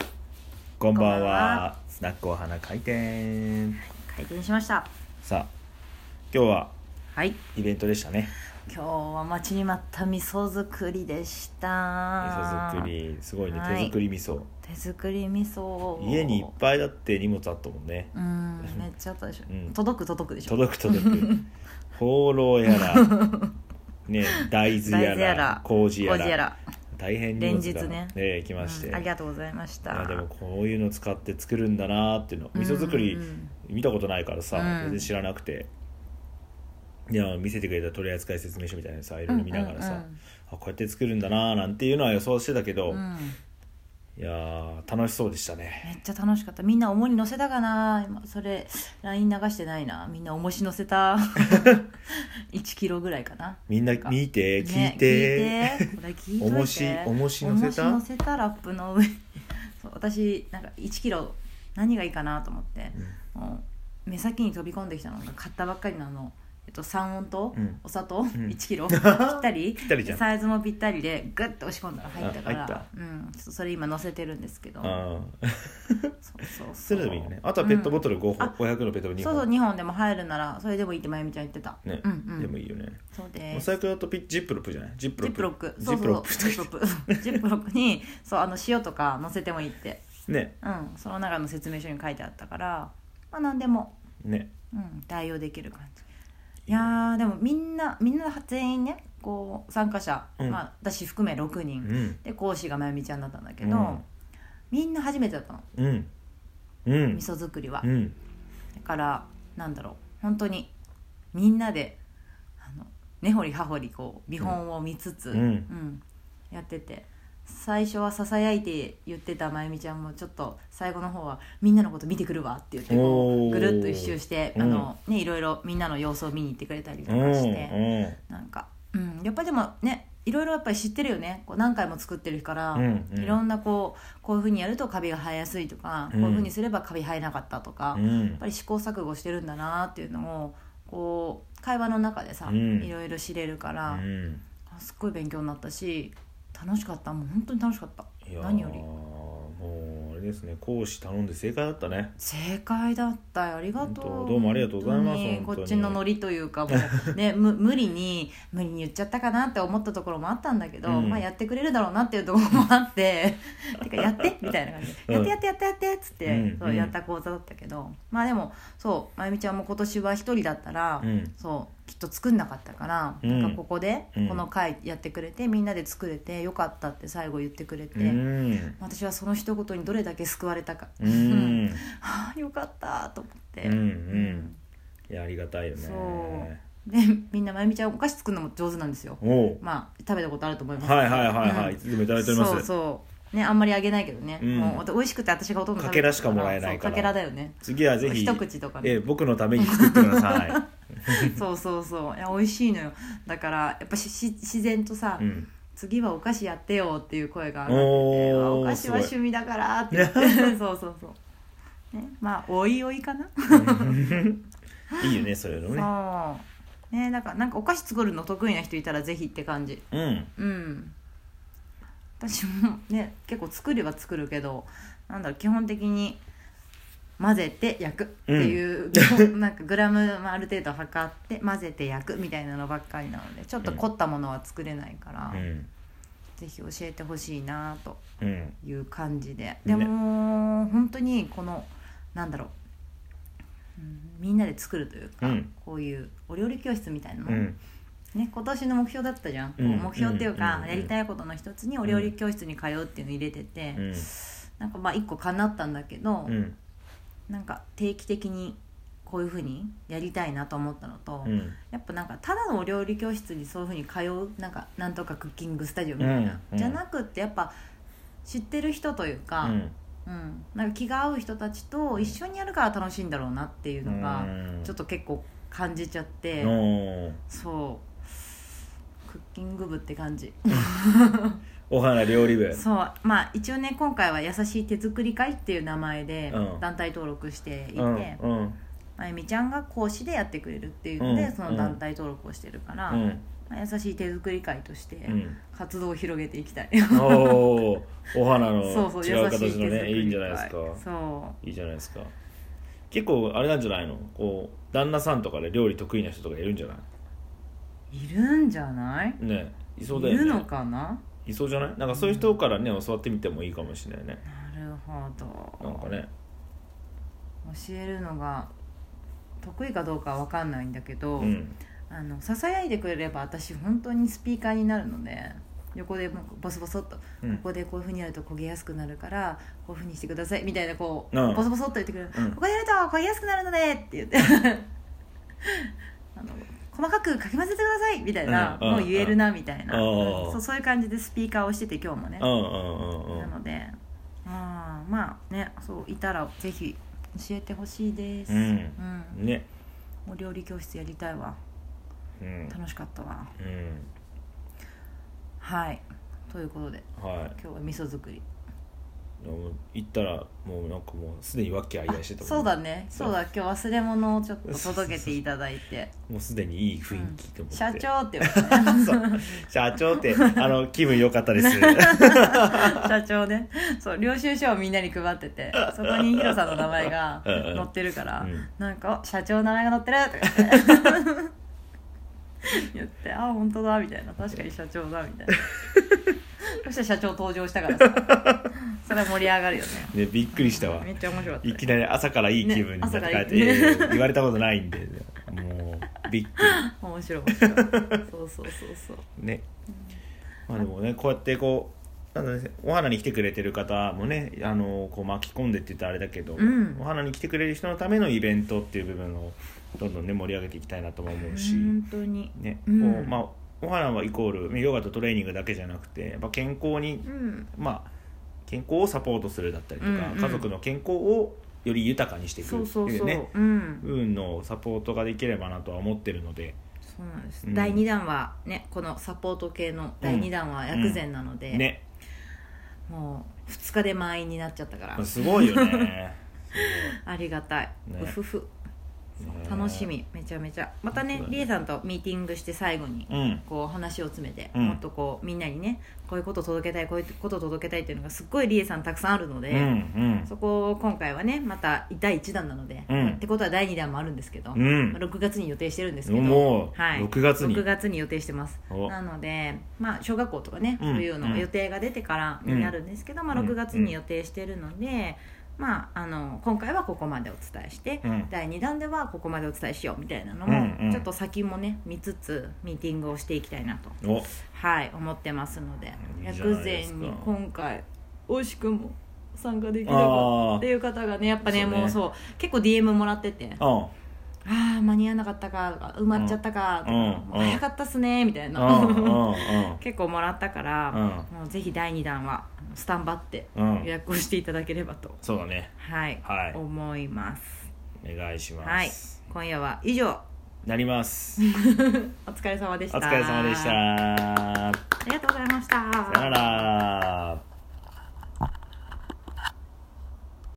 こんばんこんばんはは。スナックお花開店。開店しましたさあ、今日ははいイベントでしたね。今日は待ちに待った味噌作りでした味噌作り、すごいね、は手い作り味噌。手作り味噌家にいっぱいだって荷物あったもんね。うんめっちゃあったでしょ、うん届く届くでしょ届く届く。 ほうろうやら。ね、大豆や大豆らやら、麹やら。麹やら大変荷物が連日ねね、来まして。うんありがとうございましたいやでもこういうの使って作るんだなーっていうの味噌作りうんうん見たことないからさ、うん全然知らなくていや見せてくれた取扱説明書みたいなさいろいろ見ながらさ、うんうんうんあこうやって作るんだなーなんていうのは予想してたけど、うんいやー楽しそうでしたねめっちゃ楽しかったみんな重り乗せたかな今それ LINE 流してないなみんな重し乗 せた1キロぐらいかなみんな見て聞いて,、ね聞いてこれ聞いといて重し重し乗せた重し乗せたラップの上にそう私なんか1キロ何がいいかなと思って、もう目先に飛び込んできたのが買ったばっかりのあの、えっと、三温とうんお砂糖、 ん1キロ ぴったりぴったりじゃんサイズもぴったりでグッと押し込んだら入ったかあ入ったらうん、ちょっとそれ今乗せてるんですけどああそうそうそうそれでもいいよねあとはペットボトル5本、あ500のペットボトル2そう本そう2本でも入るならそれでもいいってまゆみちゃん言ってた、ね、うんうんでもいいよねそうでおす財布だとピジップロップじゃないジップロジップップロックジそうッそプロッうプジップロックジップロックにそうあの塩とか乗せてもいいって、ねうん、その中の説明書に書いてあったからまあ何でも、ねうん、対応できる感じいやーでもみんなみんな全員ねこう参加者、うんまあ、私含め6う人、んで講師がまゆみちゃんだったんだけど、うんみんな初めてだったのうんうん味噌作りは、うんだからなんだろう本当にみんなであの根掘り葉掘りこう見本を見つつ、うんんやってて最初はささやいて言ってたまゆみちゃんもちょっと最後の方は「みんなのこと見てくるわ」って言ってこおーうぐるっと一周して、うんあのね、いろいろみんなの様子を見に行ってくれたりとうかんして、なんか、うん、やっぱでもねいろいろやっぱり知ってるよねこう何回も作ってるから、うんうんいろんなこうこういうふうにやるとカビが生えやすいとか、うんこういうふうにすればカビ生えなかったとか、うやっんぱり試行錯誤してるんだなっていうのをこう会話の中でさ、うんいろいろ知れるかうら、んあすっごい勉強になったし楽しかったもう本当に楽しかったいやー何よりもうあれですね講師頼んで正解だったね正解だったよありがと本当うどうもありがとうございます本当に本当にこっちのノリというかも う、ね、む無理に無理に言っちゃったかなって思ったところもあったんだけど、うんまあ、やってくれるだろうなっていうところもあって てかやってみたいな感じうんでやってやってやってやってっつって、うんそううんやった講座だったけど、まあでもそうまゆみちゃんも今年は一人だったら、うんそうきっと作んなかったから、うんなんかここでうんこの回やってくれて、みんなで作れてよかったって最後言ってくれて、うん私はその一言にどれだけ救われたか。うんうん あよかったと思って、うんうんいやありがたいよねそうでみんなまゆみちゃんお菓子作るのも上手なんですよおおまあ食べたことあると思いますはいはいはいはういんいつでもいただいておりまそうすそうねあんまりあげないけどね、うんもう美味しくて私がほとんど食べかけらしかもらえないからそうかけらだよね次はぜひ一口とかねええ僕のために作ってくださいそうそうそういや美味しいのよだからやっぱしし自然とさ、うん次はお菓子やってよっていう声が上がってておーお菓子はす趣味だからって言って そうそうそうねまあおいおいかなごいいいよねそういうのねそうねなんかなんかお菓子作るの得意な人いたらぜひって感じうんうん私もね結構作れば作るけどなんだろう基本的に混ぜて焼くっていう、 なんかグラムある程度測って混ぜて焼くみたいなのばっかりなのでちょっと凝ったものは作れないから、うんぜひ教えてほしいなとうんいう感じででも、本当にこのなんだろう、うんみんなで作るというか、うんこういうお料理教室みたいなの、うんね、今年の目標だったじゃん、こううん目標っていうか、うんやりたいことの一つにお料理教室に通うっていうの入れてて、うんなんかまあ一個かなったんだけど、うんなんか定期的にこういうふうにやりたいなと思ったのと、うんやっぱなんかただのお料理教室にそういうふうに通うなんかなんとかクッキングスタジオみたいな、うんじゃなくってやっぱ知ってる人というか、うんうん、なんか気が合う人たちと一緒にやるから楽しいんだろうなっていうのがうんちょっと結構感じちゃって、おーそうクッキング部って感じお花料理部そうまあ一応ね今回は「優しい手作り会」っていう名前でうん団体登録していて、うんうんまゆみちゃんが講師でやってくれるっていうので、うんその団体登録をしてるから、うんまあ優しい手作り会としてうん活動を広げていきたい、 おーお花の そうそう違う優しい手形の作りね会いいんじゃないですかそいいじゃないですか結構あれなんじゃないのこう旦那さんとかで料理得意な人とかいるんじゃなういるんじゃないいねいそうだいよねるのかないそうじゃないなんかそういう人からね教わってみてもいいかもしれないねなるほどなんかね教えるのが得意かどうかは分かんないんだけど、うんあのささやいてくれれば私本当にスピーカーになるので横でもうボソボソっと、うんここでこういうふうにやると焦げやすくなるからこういうふうにしてくださいみたいなこう、うんボソボソっと言ってくれる、うんここでやると焦げやすくなるのでって言ってあの細かくかき混ぜてくださいみたいな、うんうんもう言えるなみたいうんな、うんそうそういう感じでスピーカーをしてて今日もね、うんうんうんうなんのであーまあねそういたらぜひ教えてほしいです、うんうんねお料理教室やりたいわうん楽しかったわうんはいということではい今日は味噌作りでも行ったらもうなんかもうすでに和気あいあいしてたもんそうだねそうそうだ今日忘れ物をちょっと届けていただいてもうすでにいい雰囲気と思って社長って言われた そう社長ってあの気分良か ったです社長ねそう領収書をみんなに配っててそこにヒロさんの名前がうんうん載ってるからうんなんかお「社長の名前が載ってる!」とか言って 言って「あ本当だ」みたいな「確かに社長だ」みたいなそして社長登場したからさそれは盛り上がるよねねびっくりしたわめっちゃ面白かったいきなり朝からいい気分になって帰ねって、朝からいいいやいや言われたことないんでもうびっく面白い面白いそうそうそうそうりねまあでもねこうやってこうなんだろうねお花に来てくれてる方もねあのこう巻き込んでって言ったらあれだけど、うんお花に来てくれる人のためのイベントっていう部分をどんどんね盛り上げていきたいなとも思うし、本当にねうんこうまあ、お花はイコールヨガとトレーニングだけじゃなくてやっぱ健康にうんまあ、健康をサポートするだったりとか、うんうん家族の健康をより豊かにしていくそうそうっていそうう、ねうん部分のサポートができればなとは思ってるのでそうなんです、うん第2弾はねこのサポート系の第2弾は薬膳なので、ねもう2日で満員になっちゃったから、すごい よねありがたい、ねうふふすごいね楽しみめちゃめちゃまたそねうだねりえさんとミーティングして最後にうんこう話を詰めて、うんもっとこうみんなにねこういうこと届けたいこういうこと届けたいっていうのがすっごいりえさんたくさんあるので、うんうんそこを今回はねまた第1弾なので、うんってことは第2弾もあるんですけど、うんまあ6月に予定してるんですけどもうはい、 6月に6月に予定してますおなので、まあ、小学校とかね、うんそういうのが予定が出てからになるんですけど、まあ、うん6月に予定してるので、まあ、あの今回はここまでお伝えして、うん第2弾ではここまでお伝えしようみたいなのうんも、うんちょっと先もね見つつミーティングをしていきたいなと、おはい、思ってますのでいいじゃない薬ですか膳に今回惜しくも参加できなかったあっていう方がねやっぱねそうねもうそう結構 DM もらっててああああ間に合わなかったかとか埋まっちゃったかとか、うんもううん早かったっすねみたいあああなあ 結構もらったから、うもうぜひ第2弾はスタンバってうん予約をしていただければと、そうだねはい、はい思いますお願いします、はい今夜は以上なり ますお疲れ様でしおた疲れ様でしたありがとうございましたさよなら